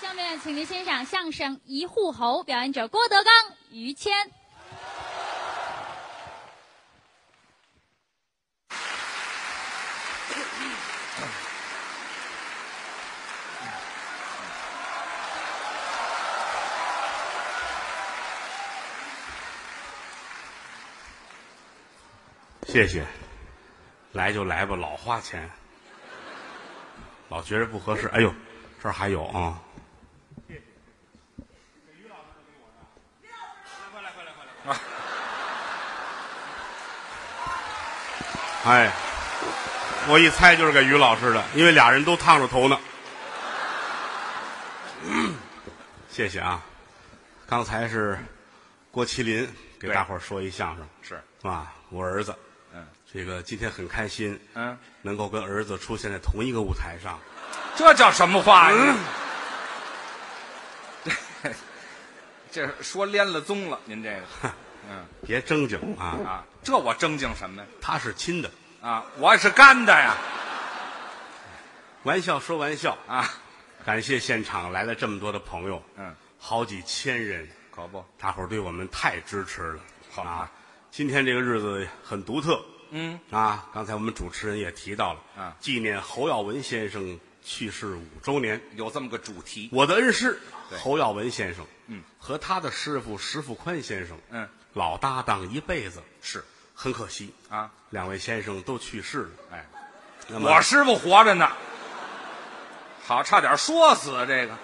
下面请您欣赏相声《一户侯》，表演者郭德纲、于谦。谢谢，来就来吧，老花钱，老觉着不合适。哎呦，这儿还有啊！谢谢，给于老师给我的。哎，我一猜就是给于老师的，因为俩人都烫着头呢。嗯谢谢啊，刚才是郭麒麟给对大伙儿说一相声，是，啊，我儿子，嗯这个今天很开心，嗯，能够跟儿子出现在同一个舞台上。这叫什么话呀？嗯这 这说连了宗了，您这个，嗯别正经啊，啊，这我正经什么呀？他是亲的，啊，我是干的呀，玩笑说玩笑。啊，感谢现场来了这么多的朋友，嗯，好几千人，可不，大伙儿对我们太支持了。好啊，今天这个日子很独特嗯，啊。刚才我们主持人也提到了，啊纪念侯耀文先生去世五周年。有这么个主题，我的恩师对侯耀文先生，嗯，和他的师傅石富宽先生，嗯，老搭档一辈子，是很可惜，啊，两位先生都去世了。哎，那么我师傅活着呢，好，差点说死啊这个，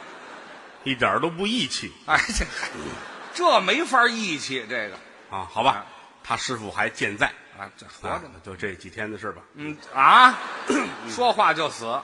一点儿都不义气哎，这这没法义气，这个啊，好吧啊？他师傅还健在，啊，这活啊着呢，，就这几天的事吧。嗯啊，说话就死，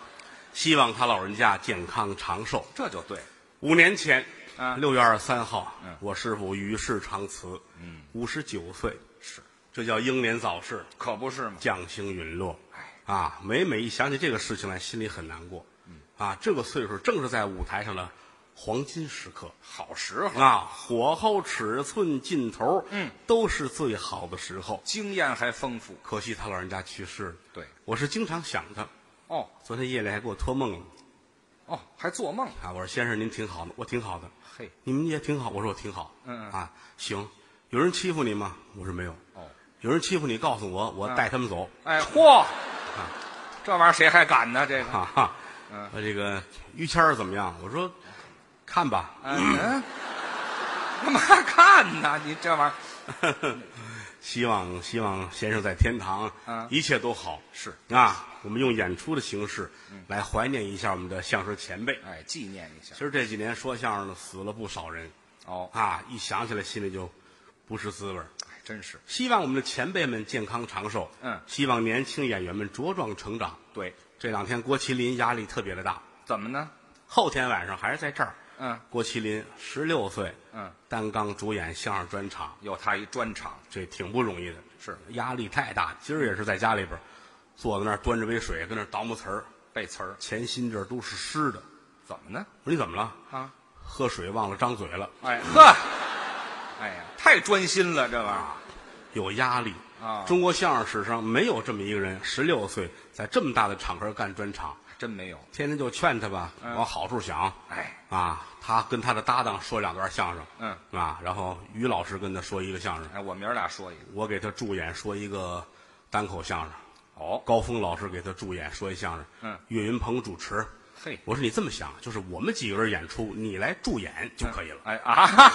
希望他老人家健康长寿。这就对了，五年前啊，六月二十三号嗯，我师傅与世长辞，嗯，五十九岁，是，这叫英年早逝。可不是吗？将星陨落哎，啊，每每一想起这个事情来，心里很难过。嗯啊，这个岁数正是在舞台上的黄金时刻好时候，啊，火候、尺寸、劲头，嗯，都是最好的时候。经验还丰富。可惜他老人家去世了，对，我是经常想他。哦昨天夜里还给我托梦了哦，还做梦。啊，我说先生您挺好的，我挺好的，嘿，你们也挺好，我说我挺好，嗯嗯啊，行，有人欺负你吗？我说没有，哦，有人欺负你告诉我，我啊带他们走。哎，嚯，这玩意儿谁还敢呢？这个，哈哈，嗯呃，这个于谦儿怎么样？我说，看吧，嗯，干嘛看呢？你这玩意儿 希望希望先生在天堂，嗯一切都好是，嗯啊。我们用演出的形式来怀念一下我们的相声前辈。哎，纪念一下其。实这几年说相声的死了不少人哦，啊，一想起来心里就不是滋味儿。哎，真是希望我们的前辈们健康长寿，嗯希望年轻演员们茁壮成长。对。这两天郭麒麟压力特别的大，怎么呢？后天晚上还是在这儿。嗯郭麒麟十六岁，嗯，单刚主演相声专场，有他一专场，这挺不容易的，是压力太大。今儿也是在家里边儿，坐在那儿端着杯水，跟那儿倒磨词儿，背词儿，前心这儿都是湿的。怎么呢？我说你怎么了？啊，喝水忘了张嘴了，哎呵，哎呀，太专心了，这玩意儿。有压力啊中国相声史上没有这么一个人，十六岁在这么大的场合干专场，真没有，天天就劝他吧，嗯往好处想。哎，啊，他跟他的搭档说两段相声，嗯啊，然后于老师跟他说一个相声，哎，我明儿俩说一个。我给他助演说一个单口相声，哦，高峰老师给他助演说一相声，嗯岳云鹏主持。嘿，我说你这么想，就是我们几个人演出，你来助演就可以了。哎啊，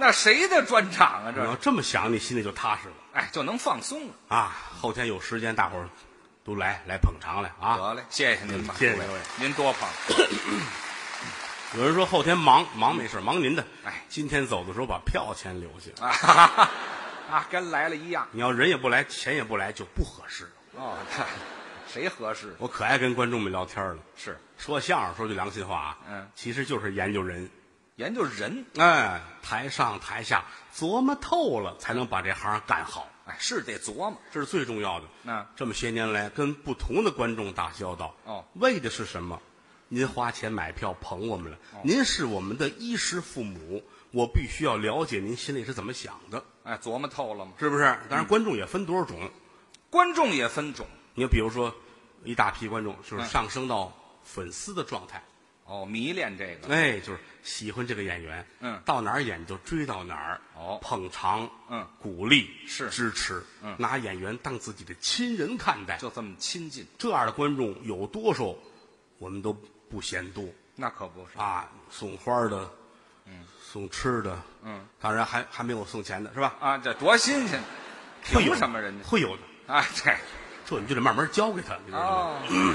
那谁的专场啊？你要这这么想，你心里就踏实了哎，就能放松了。啊。后天有时间，大伙儿都来来捧场来啊。得嘞，谢谢您吧，谢谢各位各位，您多捧。有人说后天忙忙没事，忙您的。嗯哎今天走的时候把票钱留下，啊 哈哈，啊，跟来了一样。你要人也不来，钱也不来，就不合适。哦，谁合适？我可爱跟观众们聊天了，是说相声说句良心话啊，嗯其实就是研究人。研究人，哎，台上台下琢磨透了，才能把这行干好，哎，是得琢磨。这是最重要的。嗯这么些年来跟不同的观众打交道，哦为的是什么？您花钱买票捧我们了，哦您是我们的衣食父母，我必须要了解您心里是怎么想的，哎，琢磨透了吗？是不是？当嗯然，观众也分多少种，观众也分种。你比如说，一大批观众就是嗯上升到粉丝的状态，哦，迷恋这个，哎，就是喜欢这个演员，嗯到哪儿演就追到哪儿，哦捧场，嗯，鼓励是支持，嗯拿演员当自己的亲人看待，就这么亲近，这样的观众有多少，我们都不嫌多那可不是。啊，送花的，嗯，送吃的，嗯，当然还还没有送钱的是吧？啊，这多新鲜！会有凭什么人家会有的，啊？这这你就得慢慢教给他，你知道吗？哦，嗯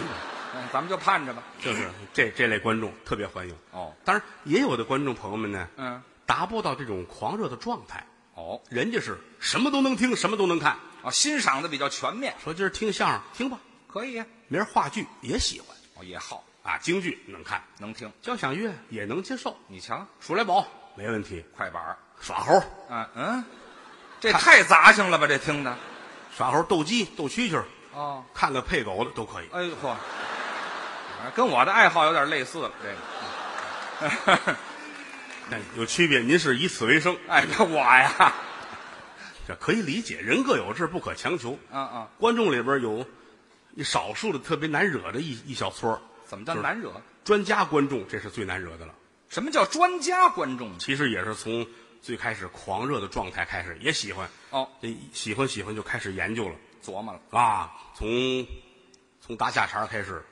咱们就盼着吧。就是这这类观众特别欢迎。哦，当然，也有的观众朋友们呢，嗯，达不到这种狂热的状态，哦，人家是什么都能听，什么都能看。哦，欣赏的比较全面，说今儿听相声听吧，可以呀。啊明儿话剧也喜欢哦，也好，啊，京剧能看，能听。交响乐也能接受，你瞧，数来宝没问题，快板儿耍猴啊，嗯，这太杂性了吧？这听的。耍猴斗鸡斗蛐蛐儿，哦，看个配狗的都可以。哎呦嚯，啊跟我的爱好有点类似了。这个，但有区别，您是以此为生，哎，这我呀，这可以理解，人各有志，不可强求。啊啊，观众里边有一少数的特别难惹的一一小撮儿怎么叫就是难惹？专家观众，这是最难惹的了。什么叫专家观众？其实也是从最开始狂热的状态开始，也喜欢哦，这喜欢喜欢就开始研究了琢磨了。啊，从从搭下茬儿开始，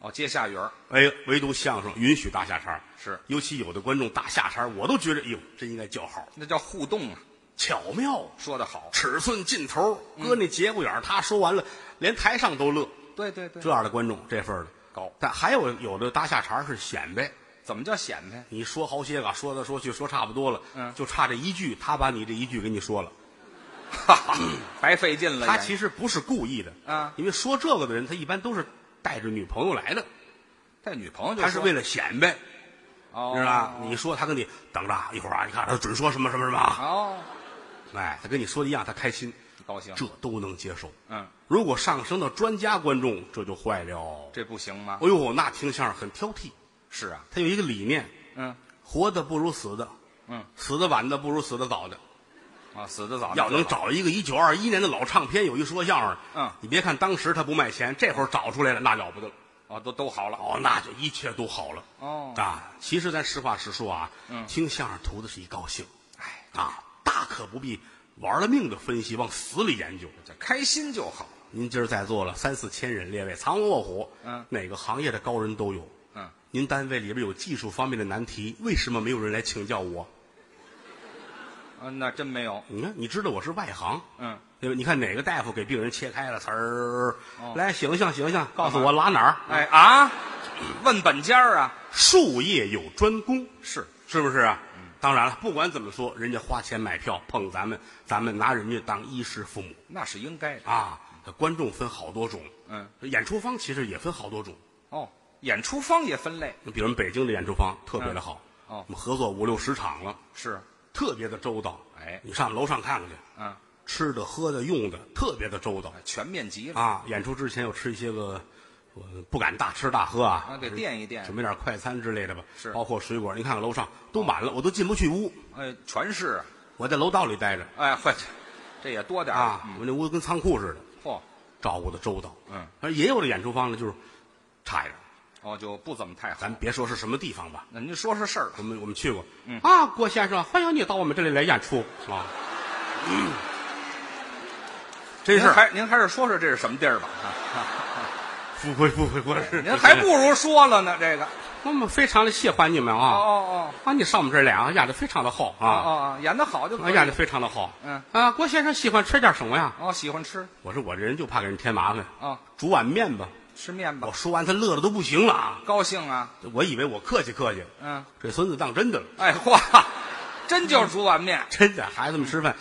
哦，接下缘儿哎，唯独相声允许搭下茬儿是尤其有的观众搭下茬儿我都觉得，哎呦，真应该叫好，那叫互动啊，巧妙啊，说得好。尺寸尽头，搁嗯那节骨眼儿，他说完了，连台上都乐，对对对这，样的观众这份儿的高但还有有的搭下茬儿是显摆，怎么叫显摆？你说好些个，说来说去说差不多了，嗯就差这一句，他把你这一句给你 说了。哈哈，白费劲了。他也其实不是故意的啊因为说这个的人，他一般都是带着女朋友来的，带女朋友就他是为了了显摆，哦，是吧？你说他跟你等着啊一会儿啊，你看他准说什么什么什么啊，哦，哎，他跟你说的一样，他开心，高兴。这都能接受。嗯，如果上升到专家观众，这就坏了。这不行吗？哎呦，那听相声很挑剔，是啊，他有一个理念：嗯活的不如死的，嗯，死的晚的不如死的早的。啊，死的早，要能找一个一九二一年的老唱片，有一说相声，嗯你别看当时他不卖钱，这会儿找出来了，那了不得了。哦，都都好了。哦，那就一切都好了。哦嗯啊，其实咱实话实说啊，听相声图的是一高兴，哎，啊，大可不必玩了命的分析，往死里研究。这开心就好。您今儿在座了三四千人，列位藏龙卧虎，嗯哪个行业的高人都有。嗯，您单位里边有技术方面的难题，为什么没有人来请教我？啊，那真没有。你看，你知道我是外行，嗯，对吧？你看哪个大夫给病人切开了，词儿、哦来醒醒醒醒，告诉我拉哪儿？哎啊，问本家儿啊，术业有专攻，是是不是啊？当然了，不管怎么说，人家花钱买票碰咱们，咱们拿人家当衣食父母那是应该的。啊。观众分好多种，嗯，演出方其实也分好多种。哦，演出方也分类比如我们北京的演出方特别的好，嗯哦我们合作五六十场了，是，特别的周到。哎你上楼上看看去，嗯，吃的、喝的、用的特别的周到全面极了啊。演出之前又吃一些个，我不敢大吃大喝啊，啊，得垫一垫准。备点快餐之类的吧，是包括水果。您看看楼上都满了，我都进不去屋，哎，全是啊。我在楼道里待着。哎，会，这也多点儿啊，我那屋跟仓库似的，嚯，照顾的周到。嗯，而也有的演出方呢，就是差一点。哦，就不怎么太好。咱别说是什么地方吧，那您说是事儿吧我们我们去过。嗯啊，郭先生，欢迎你到我们这里来演出啊。真您是还您还是说说这是什么地儿吧？啊不会不会，我是您还不如说了呢。这个，我们非常的喜欢你们哦啊！哦啊，你上我们这儿来啊，演的非常的好哦啊，哦哦，演的好就可啊以演的非常的好。嗯啊，郭先生喜欢吃点什么呀？哦，喜欢吃我说我这人就怕给人添麻烦，啊，煮碗面吧。吃面吧我，说完，他乐的都不行了啊！高兴啊，我以为我客气客气，嗯，这孙子当真的了，哎，嚯，真就嗯煮碗面，真的。孩子们吃饭，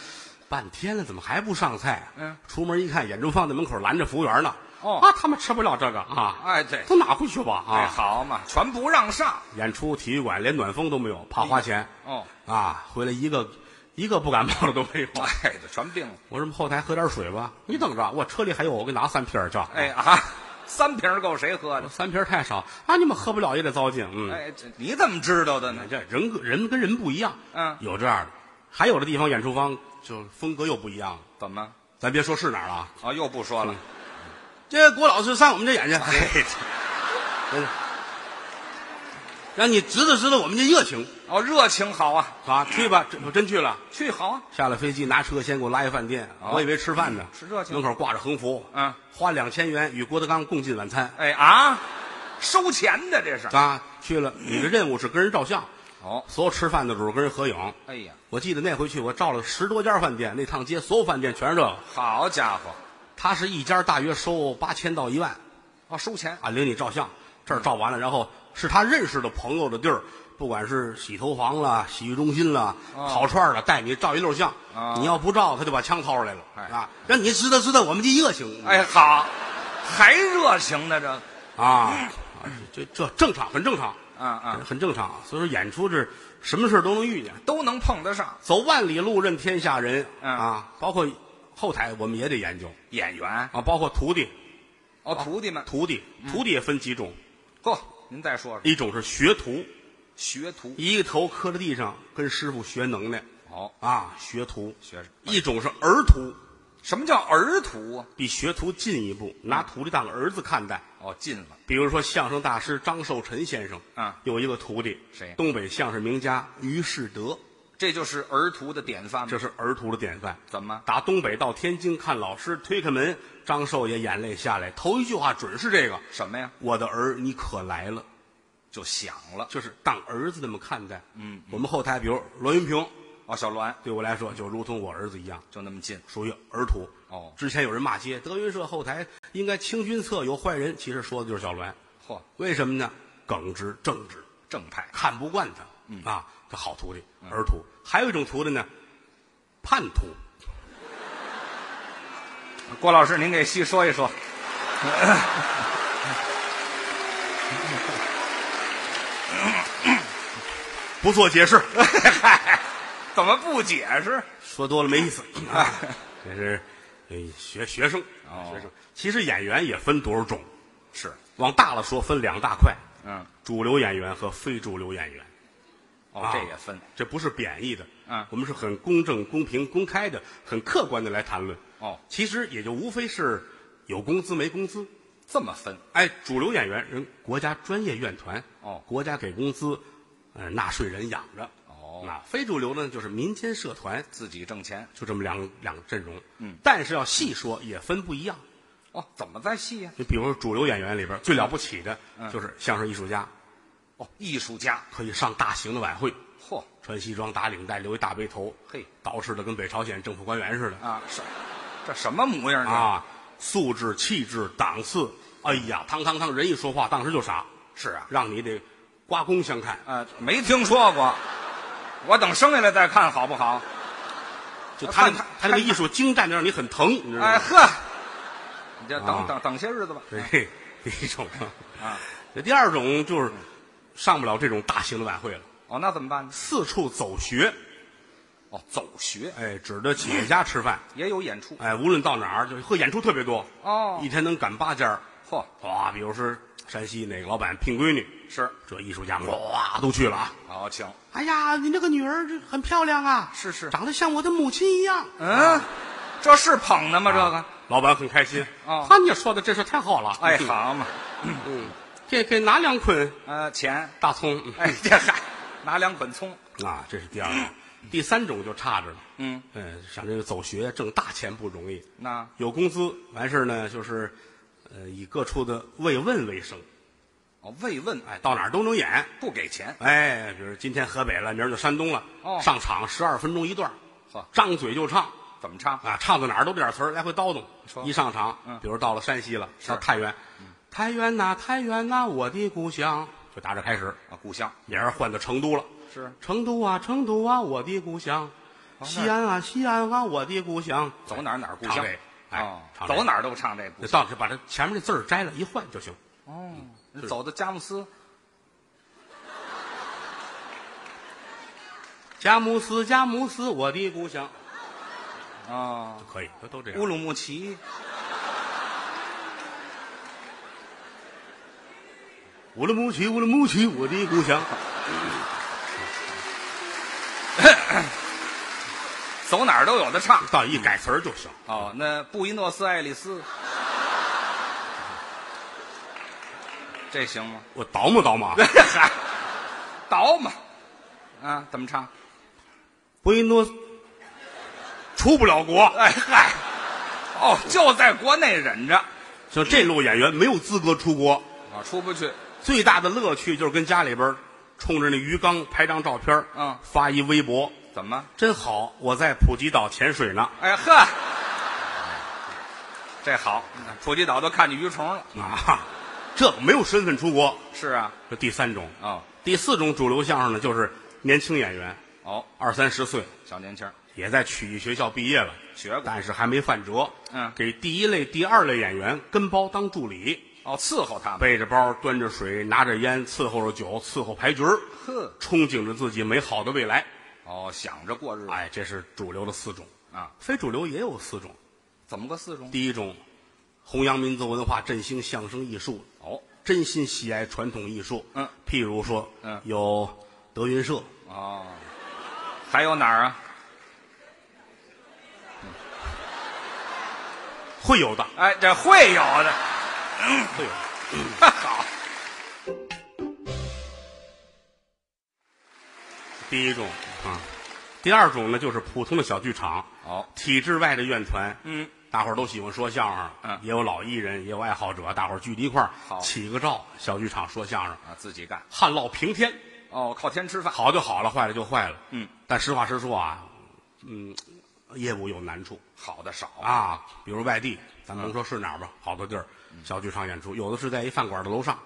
半天了，怎么还不上菜、啊？嗯，出门一看，眼珠放在门口拦着服务员呢。哦啊，他们吃不了这个啊，哎，对，都拿回去吧啊！哎，好嘛，全不让上，演出体育馆连暖风都没有，怕花钱、哦，啊，回来一个一个不感冒的都没有。哎，这全病了，我说后台喝点水吧，你等着，我车里还有，我给你拿三瓶儿去。嗯哎，啊，三瓶儿够谁喝的？三瓶儿太少啊，你们喝不了也得糟践。嗯，哎，这你怎么知道的呢？这人跟人跟人不一样，嗯有这样的，还有的地方演出方就风格又不一样了。怎么？咱别说是哪儿了啊，啊，又不说了，这郭老师上我们这演去，哎，真的让你知道知道我们这热情哦，热情好啊，啊！去吧，这我真去了。去好啊，下了飞机，拿车先给我拉一饭店，哦我以为吃饭呢，吃热情门口挂着横幅，嗯，花两千元与郭德纲共进晚餐哎啊，收钱的这是。啊！去了，你的任务是跟人照相，哦，所有吃饭的主儿跟人合影。哎呀，我记得那回去，我照了十多家饭店，那趟街所有饭店全是这个。好家伙，他是一家大约收八千到一万哦，收钱啊，领你照相，这儿照完了，然后是他认识的朋友的地儿，不管是洗头房啦、洗浴中心啦、哦烤串儿了，带你照一溜相哦。你要不照，他就把枪掏出来了哎啊，让你知道知道我们的热情。哎，好，还热情呢，这个，啊，啊这这正常，很正常，啊啊，很正常。所以说演出是什么事儿都能遇见，都能碰得上走万里路任天下人嗯啊，包括后台我们也得研究演员啊，包括徒弟，哦，徒弟们，徒弟，嗯徒弟也分几种，嚯，您再说说一种是学徒，学徒一个头磕在地上跟师傅学能耐哦，啊，学徒；学生一种是儿徒，什么叫儿徒啊？比学徒进一步，拿徒弟当儿子看待。哦，进了比如说相声大师张寿臣先生，啊有一个徒弟，谁东北相声名家于士德，这就是儿徒的典范吗？这是儿徒的典范。怎么？打东北到天津看老师，推开门，张寿也眼泪下来，头一句话准是这个什么呀？：“我的儿，你可来了。”就响了就是当儿子那么看待。嗯，我们后台比如罗云平，哦，小栾对我来说就如同我儿子一样，就那么近属于儿徒。哦之前有人骂街，德云社后台应该清君侧有坏人，其实说的就是小栾。嚯，为什么呢？耿直正直，正派看不惯他。嗯啊，这好徒弟，嗯儿徒。还有一种徒弟呢，叛徒。郭老师，您给细说一说。不做解 释，嗨，怎么不解释？说多了没意思。 啊，这是哎学学生，哦学生。其实演员也分多少种，是，往大了说分两大块，嗯，主流演员和非主流演员。哦啊，这也分，这不是贬义的，嗯我们是很公正、公平、公开的、很客观的来谈论。哦其实也就无非是有工资没工资。这么分，哎，主流演员人国家专业院团，哦国家给工资，呃，纳税人养着。哦那非主流呢，就是民间社团，自己挣钱。就这么两两个阵容。嗯，但是要细说也分不一样。哦，怎么在戏呀、你比如说主流演员里边最了不起的就是相声艺术家，哦，艺术家，可以上大型的晚会，嚯，穿西装打领带，留一大背头，嘿，捯饬的跟北朝鲜政府官员似的。啊，是，这什么模样啊？啊，素质、气质、档次，哎呀，堂堂堂人一说话，当时就傻，是啊，让你得刮目相看。呃，没听说过，我等生下来再看好不好？就他那呃看个看他那个艺术精湛的，让你很疼，你知道哎吗？呵，你就等、啊等等些日子吧。对，第一种啊，这第二种就是上不了这种大型的晚会了，哦，那怎么办呢？四处走学，哦，走学哎，指着企业家吃饭，也有演出。哎，无论到哪儿就会演出特别多，哦一天能赶八家儿，嚯，哇，比如说山西哪个老板聘闺女，是，这艺术家们哇都去了啊。好，请，哎呀，你这个女儿这很漂亮啊，是是长得像我的母亲一样。嗯，这是捧的吗？这个啊，老板很开心哦他啊你说的这事太好了，哎，嗯，好嘛，给给拿两捆呃， 钱，大葱，嗯哎，这嗨，拿两捆葱，啊，这是第二种，第三种就差着了，嗯，嗯，像这个走学挣大钱不容易，那有工资完事儿呢，就是，呃，以各处的慰问为生，哦，慰问，哎，哎，到哪儿都能演，不给钱，哎，比如今天河北了，明儿就山东了，哦上场十二分钟一段儿呵，张嘴就唱，怎么唱？啊，唱到哪儿都这点词儿，来回叨叨。说一上场，嗯比如到了山西了，是嗯到太原，太原呐、太原呐、我的故乡，就打这开始。啊，故乡也是换到成都了，是成都啊，成都啊，我的故乡，西安啊，西安啊，我的故乡。走哪儿哪儿故唱乡这个，哎哦，唱这个走哪儿都唱这故就乡。到这把这前面这字儿摘了，一换就行。哦，走到佳木斯，佳木斯，佳木斯，我的故乡，啊，可以，都都这乌样。鲁木齐，乌鲁木齐，乌鲁木齐，我的故乡。走哪儿都有的唱。到一改词儿就行。哦，那布宜诺斯艾利斯， 这行吗？我倒磨倒磨啊，嗨， 倒嘛，啊，怎么唱？布宜诺斯出不了国，哎嗨，哦，就在国内忍着，像这路演员没有资格出国。啊，出不去，最大的乐趣就是跟家里边儿冲着那鱼缸拍张照片儿嗯发一微博，怎么？真好，我在普吉岛潜水呢哎呵，这好，普吉岛都看见鱼虫了。啊！这个没有身份出国，是啊，这第三种。哦第四种主流相声呢，就是年轻演员，哦，二三十岁，小年轻儿也在曲艺学校毕业了，学过但是还没犯辙。嗯给第一类、第二类演员跟包当助理，哦，伺候他们。背着包，端着水，拿着烟，伺候着酒，伺候牌局儿，呵，憧憬着自己美好的未来。哦，想着过日子哎，这是主流的四种，啊？非主流也有四种。怎么个四种？第一种，弘扬民族文化，振兴相声艺术，哦真心喜爱传统艺术。嗯，譬如说，嗯有德云社，哦，还有哪儿啊？会有的，哎，这会有的。会有的。 好，第一种啊，第二种呢就是普通的小剧场，哦体制外的院团，嗯，大伙儿都喜欢说相声，嗯也有老艺人，也有爱好者，大伙儿聚在一块儿，好起个照，小剧场说相声，啊，自己干。旱涝平天，哦，靠天吃饭。好就好了，坏了就坏了，嗯，但实话实说啊，嗯，业务有难处好的少。啊，比如外地，咱甭说是哪儿吧，好多地儿嗯小剧场演出，有的是在一饭馆的楼上，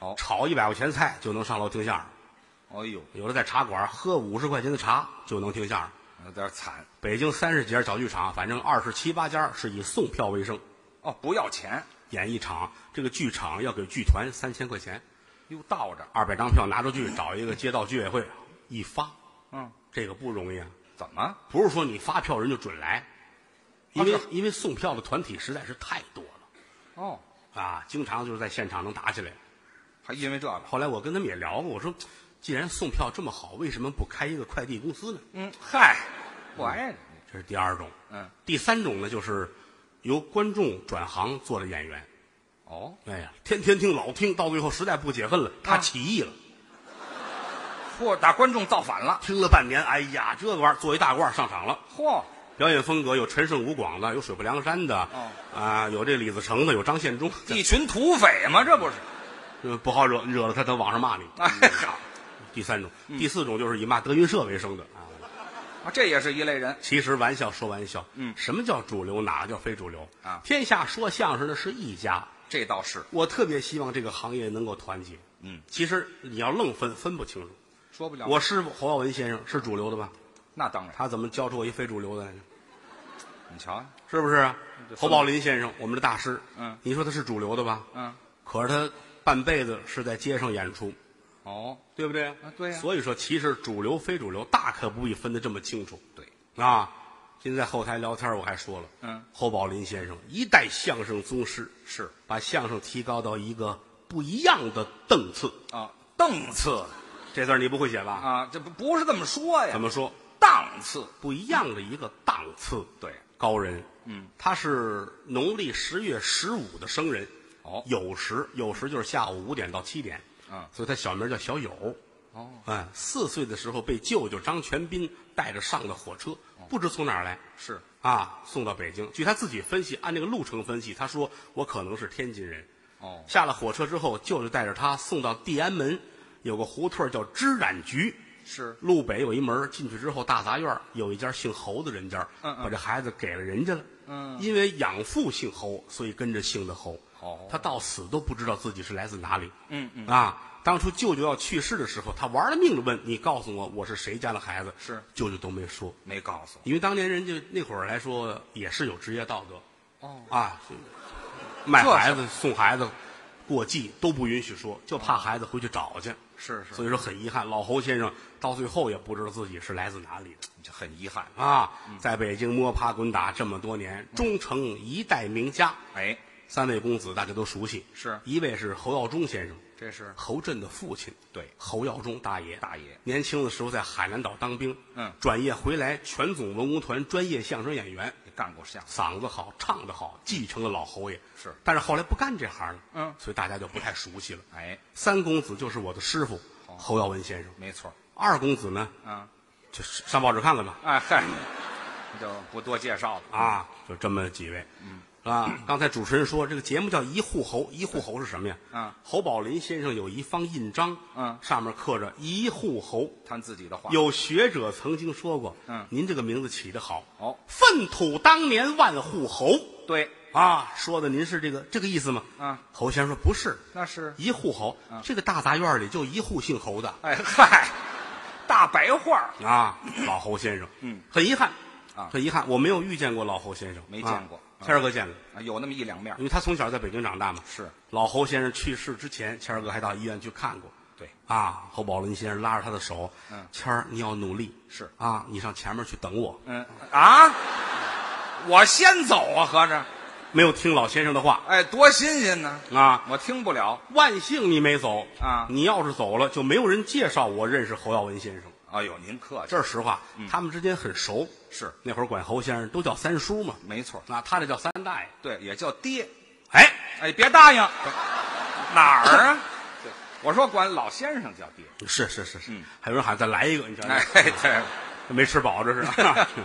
哦炒一百块钱菜就能上楼听相声，哎呦，有的在茶馆喝五十块钱的茶就能听相声。有点惨。北京三十几家小剧场，反正二十七八家是以送票为生。哦，不要钱，演一场，这个剧场要给剧团三千块钱，又倒着。二百张票拿出去，找一个街道居委会一发，嗯，这个不容易啊！怎么？不是说你发票人就准来，因为、啊因为送票的团体实在是太多了哦，啊，经常就是在现场能打起来。还因为这个？后来我跟他们也聊过，我说，既然送票这么好，为什么不开一个快递公司呢？嗯，嗨，不挨着你。这是第二种。嗯，第三种呢，就是由观众转行做的演员。哦，哎呀，天天听老听，到最后实在不解恨了，他起义了。嚯，打观众造反了。听了半年，哎呀，这玩意儿做一大褂上场了。嚯，表演风格有陈胜吴广的，有水泊梁山的，哦啊，有这李自成的，有张献忠的一群土匪嘛，这不是？呃不好惹，惹了他，他网上骂你。嗯哎好，第三种、第四种就是以骂德云社为生的啊。啊，这也是一类人。其实玩笑说玩笑，嗯什么叫主流，哪个叫非主流啊天下说相声的是一家，这倒是，我特别希望这个行业能够团结。嗯，啊其实你要愣分分不清楚。说不了。我师傅侯耀文先生是主流的吧？那当然，他怎么教出我一非主流的来呢？你瞧啊，是不是啊这？侯宝林先生，我们的大师，嗯你说他是主流的吧？嗯，可是他半辈子是在街上演出，哦，对不对？啊对呀所以说，其实主流非主流大可不必分得这么清楚对，啊。今天在后台聊天，我还说了，嗯，侯宝林先生一代相声宗师，是把相声提高到一个不一样的档次。啊，档次这字儿你不会写吧？啊，这不不是这么说呀怎，么说？档次，不一样的一个档次。对，高人，嗯，他是农历十月十五的生人，哦有时有时就是下午五点到七点，嗯所以他小名叫小友，哦，哎，四岁的时候被舅舅张全斌带着上的火车，不知从哪儿来，是啊，送到北京。据他自己分析，按这个路程分析，他说我可能是天津人。哦，下了火车之后，舅舅带着他送到地安门，有个胡同儿叫织染局，是路北有一门儿，进去之后大杂院儿有一家姓侯的人家儿，嗯嗯把这孩子给了人家了。嗯因为养父姓侯，所以跟着姓的侯。哦他到死都不知道自己是来自哪里。嗯嗯啊，当初舅舅要去世的时候，他玩了命的问：“你告诉我，我是谁家的孩子？”是舅舅都没说，没告诉因为当年人家那会儿来说也是有职业道德我。哦，啊，是卖孩子、送孩子、过继都不允许说，就怕孩子回去找去。是是，所以说很遗憾，老侯先生到最后也不知道自己是来自哪里的这很遗憾。啊，在北京摸爬滚打这么多年，终成一代名家。哎，三位公子大家都熟悉，是一位是侯耀中先生，这是侯震的父亲，对侯耀中大爷。大爷年轻的时候在海南岛当兵，嗯转业回来，全总文工团专业相声演员，也干过相声，嗓子好，唱得好，继承了老侯爷。是但是后来不干这行了，嗯所以大家就不太熟悉了。哎，三公子就是我的师傅，好，侯耀文先生。没错儿，二公子呢，啊，就是上报纸看看吧。哎嗨，就不多介绍了。啊，就这么几位。嗯，啊，刚才主持人说这个节目叫一户侯，一户侯是什么呀？嗯，侯宝林先生有一方印章，嗯上面刻着一户侯。他自己的话，有学者曾经说过，嗯您这个名字起得好，哦粪土当年万户侯对，啊，说的您是这个这个意思吗？嗯，侯先生说不是，那是，一户侯，这个大杂院里就一户姓侯的哎嗨，大白话儿啊，老侯先生，嗯，很遗憾啊很遗憾，我没有遇见过老侯先生，没见过啊谦儿哥见了。啊有那么一两面儿因。为他从小在北京长大嘛。是，老侯先生去世之前，谦儿哥还到医院去看过。对，啊，侯宝林先生拉着他的手，嗯谦儿，你要努力，是啊，你上前面去等我。嗯啊，我先走啊，合着，没有听老先生的话哎，多新鲜呢！啊，我听不了。万幸你没走啊你要是走了，就没有人介绍我认识侯耀文先生。哎呦，您客气，这是实话，嗯他们之间很熟。是那会儿管侯先生都叫三叔嘛，没错儿，那他这叫三大爷。对，也叫爹。哎，哎，别答应，哪儿啊？对我说管老先生叫爹。是是是是，嗯还有人喊再来一个，你瞧瞧。哎， 对，没吃饱，这是。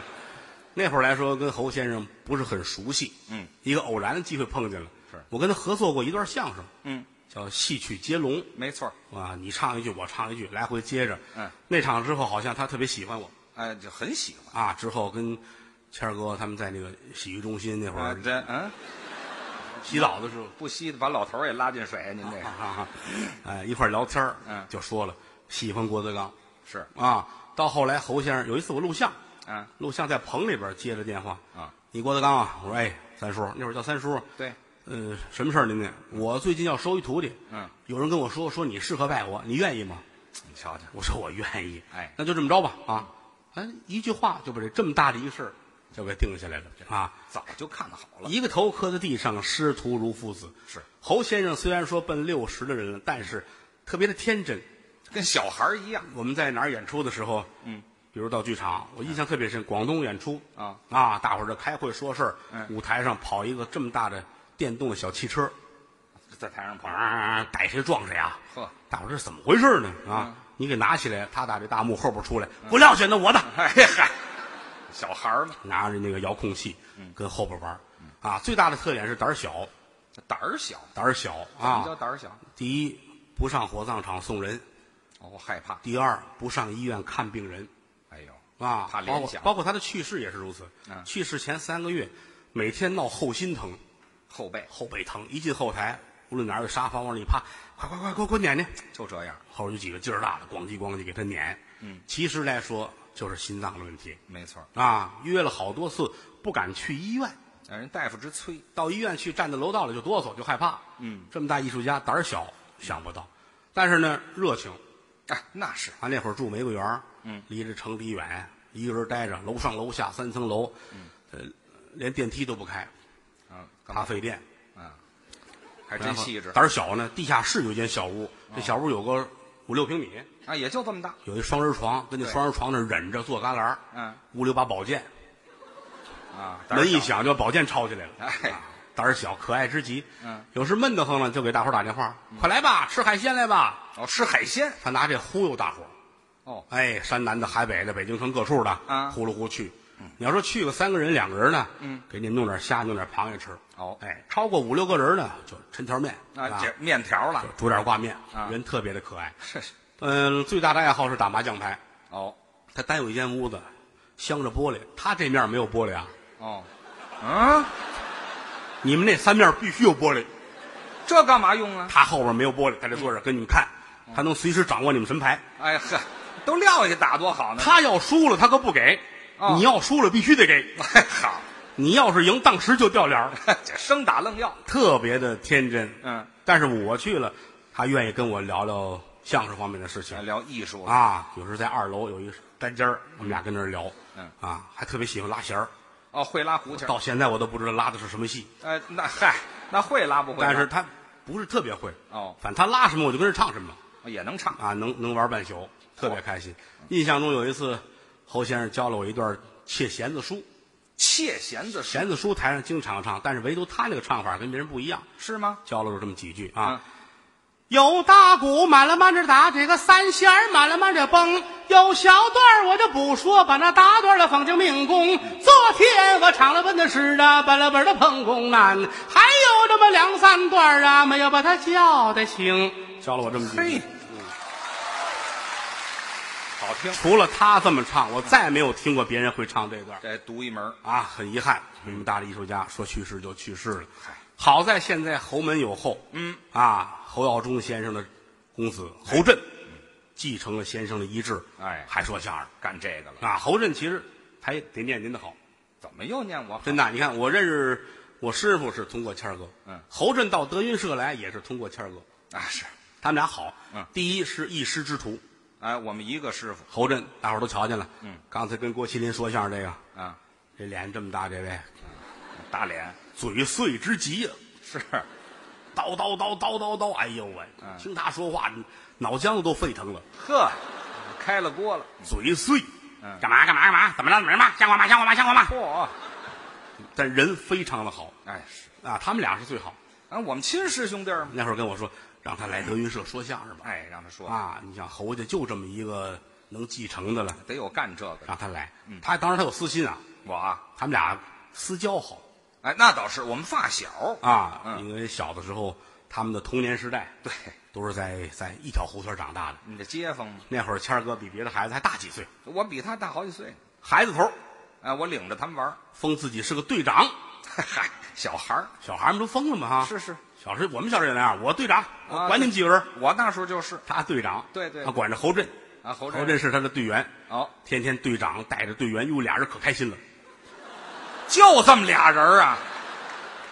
那会儿来说，跟侯先生不是很熟悉，嗯，一个偶然的机会碰见了。是我跟他合作过一段相声，嗯，叫《戏曲接龙》没错儿。啊，你唱一句，我唱一句，来回接着。嗯，那场之后，好像他特别喜欢我哎，就很喜欢。啊。之后跟谦儿哥他们在那个洗浴中心那会啊儿，这嗯，洗澡的时候不惜把老头儿也拉进水，您这个啊，哎，一块儿聊天儿嗯就说了喜欢郭德纲是，啊。到后来，侯先生有一次我录像，嗯录像在棚里边接了电话啊，你郭德纲啊，我说哎，三叔，那会儿叫三叔，对，呃，什么事儿您呢？我最近要收一徒弟，嗯，有人跟我说说你适合拜我，你愿意吗？你瞧瞧，我说我愿意，哎那就这么着吧啊，哎，一句话就把这这么大的一个事儿就给定下来了啊。早就看好了。一个头磕在地上，师徒如父子。是侯先生虽然说奔六十的人了，但是特别的天真。跟小孩儿一样。我们在哪儿演出的时候，嗯，比如到剧场，我印象特别深，广东演出啊啊，大伙儿这开会说事儿，嗯舞台上跑一个这么大的电动的小汽车，在台上跑，啊，逮谁撞谁啊！呵，大伙儿这怎么回事呢？啊嗯，你给拿起来，他打这大幕后边出来，不撂下那我的，哎嗨，小孩儿嘛， 拿着那个遥控器嗯跟后边玩儿啊。最大的特点是胆儿小，胆儿小，胆儿小怎么叫啊。胆儿小？第一，不上火葬场送人；哦，我害怕，第二，不上医院看病人。哎呦，啊，怕包联括想，包括他的去世也是如此。嗯去世前三个月，每天闹后心疼、后背后背疼，一进后台，无论哪儿有沙发往里一趴，快快快，给我给我撵撵。就这样，后边有几个劲儿大的，咣叽咣叽给他撵。嗯，其实来说就是心脏的问题没错儿，啊，约了好多次不敢去医院，让人大夫之催，到医院去站在楼道里就哆嗦，就害怕。嗯，这么大艺术家胆儿小，想不到，但是呢热情。哎，那是他那会儿住玫瑰园，嗯，离这城里远，一个人待着，楼上楼下三层楼，嗯，呃，连电梯都不开，啊，咖干嘛啡店，啊？还真细致，哦胆儿小呢，地下室有一间小屋，这小屋有个五六平米，啊，也就这么大，有一双人床，跟那对双人床那儿忍着坐旮旯儿，嗯屋里有把宝剑，啊，胆儿门一小，响就把宝剑抄起来了，哎啊胆儿小，可爱之极，嗯，有时闷得慌了就给大伙儿打电话，快来吧，吃海鲜来吧，哦，吃海鲜，他拿这忽悠大伙儿。哦，哎，山南的、海北的、北京城各处的，啊呼噜呼去。你要说去个三个人、两个人呢，嗯，给你弄点虾、弄点螃蟹吃。哦哎，超过五六个人呢，就抻条面啊，就这面条了，煮点挂面，啊人特别的可爱。是是，嗯，最大的爱好是打麻将牌。哦他单有一间屋子，镶着玻璃，他这面没有玻璃啊，哦，嗯，你们那三面必须有玻璃，这干嘛用啊？他后边没有玻璃，他这坐嗯着跟你们看，他能随时掌握你们什么牌。哎呵，都撂下打多好呢，他要输了，他可不给；哦你要输了，必须得给。哎好，你要是赢，当时就掉脸儿。这生打愣要，特别的天真。嗯，但是我去了，他愿意跟我聊聊相声方面的事情聊艺术了，啊。有时候在二楼有一单间儿，我们俩跟那儿聊，嗯啊，还特别喜欢拉弦儿。哦，会拉胡琴儿，到现在我都不知道拉的是什么戏，呃，那嗨，那会拉不会拉？但是他不是特别会哦反正他拉什么我就跟着唱什么也能唱啊，能能玩半宿，特别开心。印象中有一次，侯先生教了我一段切弦子书，切弦子是弦子书台上经常唱，但是唯独他那个唱法跟别人不一样，是吗？教了我这么几句啊。有大鼓满了满这打，这个三弦儿满了满这蹦，有小段儿我就不说，把那大段儿的放进命宫。昨天我唱了本的是那本了本的碰宫难，还有这么两三段儿啊，没有把它叫得清。教了我这么几句嘿，，嗯好听，除了他这么唱，我再没有听过别人会唱这段儿。这独一门儿啊，很遗憾，嗯这么大的艺术家说去世就去世了。好在现在侯门有后，嗯啊，侯耀中先生的公子侯震继承了先生的遗志，哎还说相声干这个了，啊。侯震其实他也得念您的好，怎么又念我好？真的，你看我认识我师傅是通过谦儿哥，嗯侯震到德云社来也是通过谦儿哥，啊是，他们俩好，嗯第一是一师之徒，哎，我们一个师傅侯震大伙儿都瞧见了，嗯，刚才跟郭麒麟说相声这个，啊，这脸这么大，这位打脸嘴碎之极呀、啊是，叨叨叨叨叨叨，哎呦喂！嗯听他说话，脑浆子都沸腾了，呵，开了锅了，嘴碎。嗯干嘛干嘛干嘛？怎么着怎么着嘛？像话吗？像话吗？像话吗？嚯，但人非常的好哎是，啊，他们俩是最好。啊我们亲师兄弟儿嘛，那会儿跟我说，让他来德云社说相声吧。哎让他说，啊，你想侯家就这么一个能继承的了，得有干这个的，让他来。嗯他当然他有私心啊，我啊，他们俩私交好哎那倒是，我们发小啊，嗯因为小的时候他们的童年时代对，都是在在一条胡同长大的。你这街坊嘛，那会儿谦儿哥比别的孩子还大几岁，我比他大好几岁，孩子头儿。哎，我领着他们玩儿， 封自己是个队长，嗨，小孩儿小孩们都疯了嘛哈。是是，小时候我们小时候也那样，我队长，我啊管你们几个人，我那时候就是他队长，对对他管着侯震，啊，侯侯震是他的队员，哦，天天队长带着队员，哟，俩人可开心了，就这么俩人儿啊，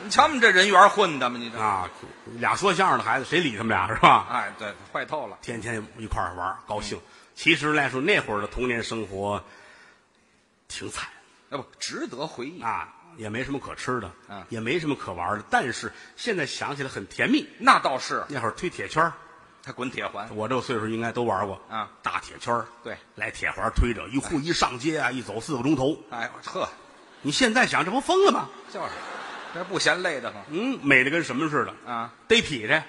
你瞧你这人缘混的嘛，你这，啊，俩说相声的孩子谁理他们俩是吧？哎，对，坏透了，天天一块儿玩儿，高兴。其实来说，那会儿的童年生活挺惨要哎不值得回忆，啊，也没什么可吃的，嗯也没什么可玩的，但是现在想起来很甜蜜。那倒是，那会儿推铁圈儿他滚铁环，我这个岁数应该都玩过啊，大铁圈儿对来铁环推着一户一上街啊，一走四个钟头。哎，呵，你现在想，这不疯了吗？就是，这不嫌累的吗？嗯，美的跟什么似的啊！逮劈柴，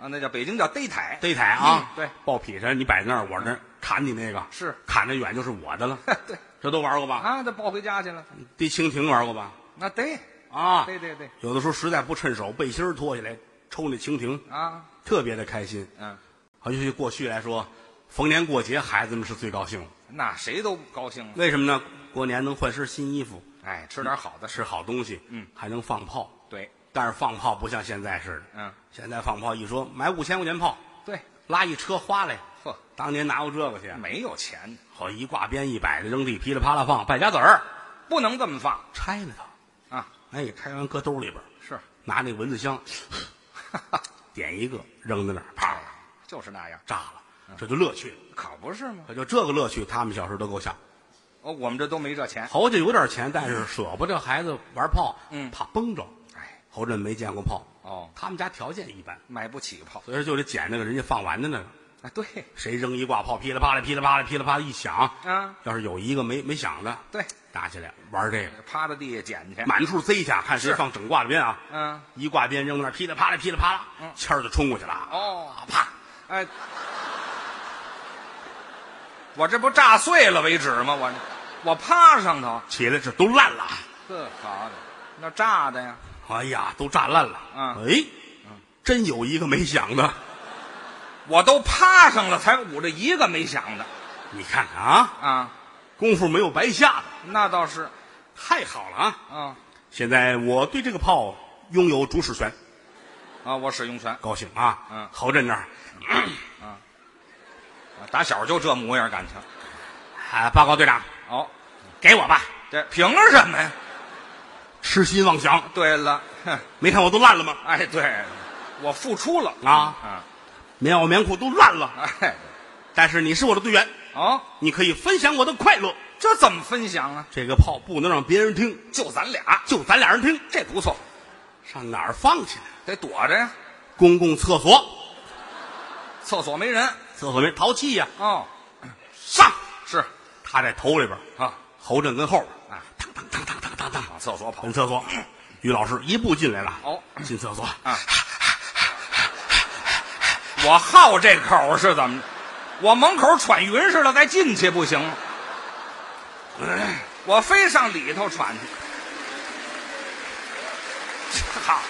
啊，那叫北京叫逮台，逮台啊，嗯对，抱劈柴，你摆那儿，我那儿砍你那个是砍得远就是我的了。 对，这都玩过吧？啊，这抱回家去了，逮蜻蜓玩过吧？那逮，啊，对对对，有的时候实在不趁手，背心儿脱下来抽那蜻蜓，啊，特别的开心。嗯，尤其过去来说，逢年过节孩子们是最高兴的，那谁都高兴了，为什么呢？过年能换身新衣服，哎，吃点好的，吃好东西，嗯，还能放炮。对，但是放炮不像现在似的，嗯，现在放炮一说买五千块钱炮，对，拉一车花来，呵，当年哪有这个去？没有钱，好一挂鞭一摆的扔地，噼里啪啦放，败家子儿不能这么放拆了它，啊，哎，开完搁兜里边儿，是，拿那蚊子香 点一个扔在那儿，啪哎，就是那样，炸了，这就乐趣了。可不是吗？可就这个乐趣，他们小时候都够呛。哦，我们这都没这钱，侯家有点钱，但是舍不得孩子玩炮，嗯怕崩着。哎，侯震没见过炮，哦，他们家条件一般，买不起炮，所以说就得捡那个人家放完的那个。啊，对，谁扔一挂炮，噼里啪啦、噼里啪啦、噼里啪啦一响，啊，要是有一个没没响的，对，打起来玩这个，趴在地下捡去，满处贼去，看谁是放整挂的鞭啊！嗯，一挂鞭扔那儿，噼里啪啦、噼里啪啦，签儿就冲过去了啊，哦，啪！哎，我这不炸碎了为止吗？我我趴上头，起来这都烂了，呵，好的，那炸的呀，哎呀，都炸烂了。嗯哎，真有一个没响的，我都趴上了，才捂着一个没响的你看看啊，啊，功夫没有白下的，那倒是太好了啊！啊现在我对这个炮拥有主使权，啊，我使用权，高兴啊！嗯侯震那儿，啊打小就这模样，感情啊，报告队长，哦，给我吧，这凭什么呀？痴心妄想。对了，哼，没看我都烂了吗？哎，对，我付出了啊，啊，棉袄棉裤都烂了。哎，但是你是我的队员，哦，你可以分享我的快乐。这怎么分享啊？这个炮不能让别人听，就咱俩，就咱俩人听。这不错，上哪儿放去呢？得躲着呀，公共厕所，厕所没人厕所没淘气呀、哦，上，是他在头里边，啊，侯震跟后边，啊，当当当当当当当，往厕所跑奔厕所。于老师一步进来了，哦进厕所，啊，我好这口是怎么着？我门口喘匀似的，再进去不行吗？哎我非上里头喘去。 好，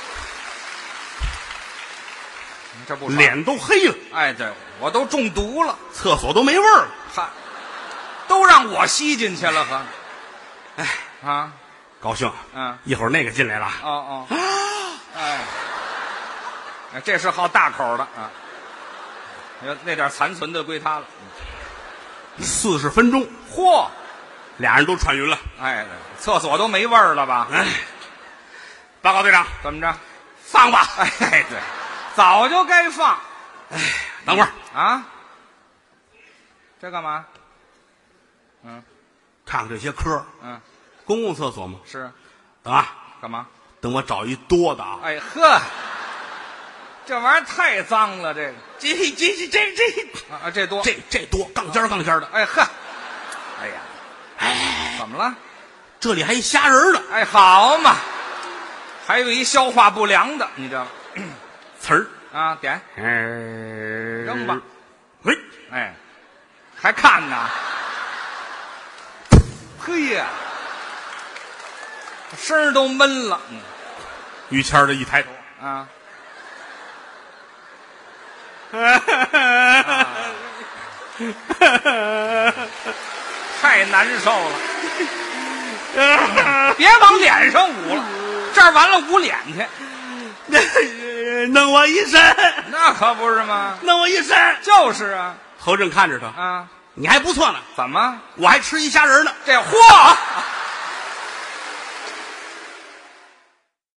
你这不爽脸都黑了，哎，对我都中毒了，厕所都没味儿了，哈，都让我吸进去了，呵，哎啊，高兴。嗯，一会儿那个进来了，哦哦，哎，哎这是好大口的啊，那那点残存的归他了。四十分钟，嚯，俩人都喘匀了。哎，厕所都没味儿了吧？哎，报告队长，怎么着？放吧。哎，对，早就该放等会儿啊。这干嘛？看看这些科儿，嗯，公共厕所嘛。是等啊，干嘛？等我找一多的啊。哎呵，这玩意儿太脏了，这个这这这这这啊啊，这多这这多，杠尖儿杠尖儿的。哎呵，哎呀，怎么了？这里还一虾仁儿呢，哎，好嘛，还有一消化不良的，你知道吗？词儿。啊，点，哎，扔扔吧。喂，哎，还看呢？嘿呀，声儿都闷了，于谦儿这一抬头，嗯啊，太难受了，别往脸上捂了，这儿完了捂脸去， 弄我一身，那可不是吗？弄我一身。就是啊侯震看着他，啊，你还不错呢，怎么我还吃一虾仁儿呢。这嚯？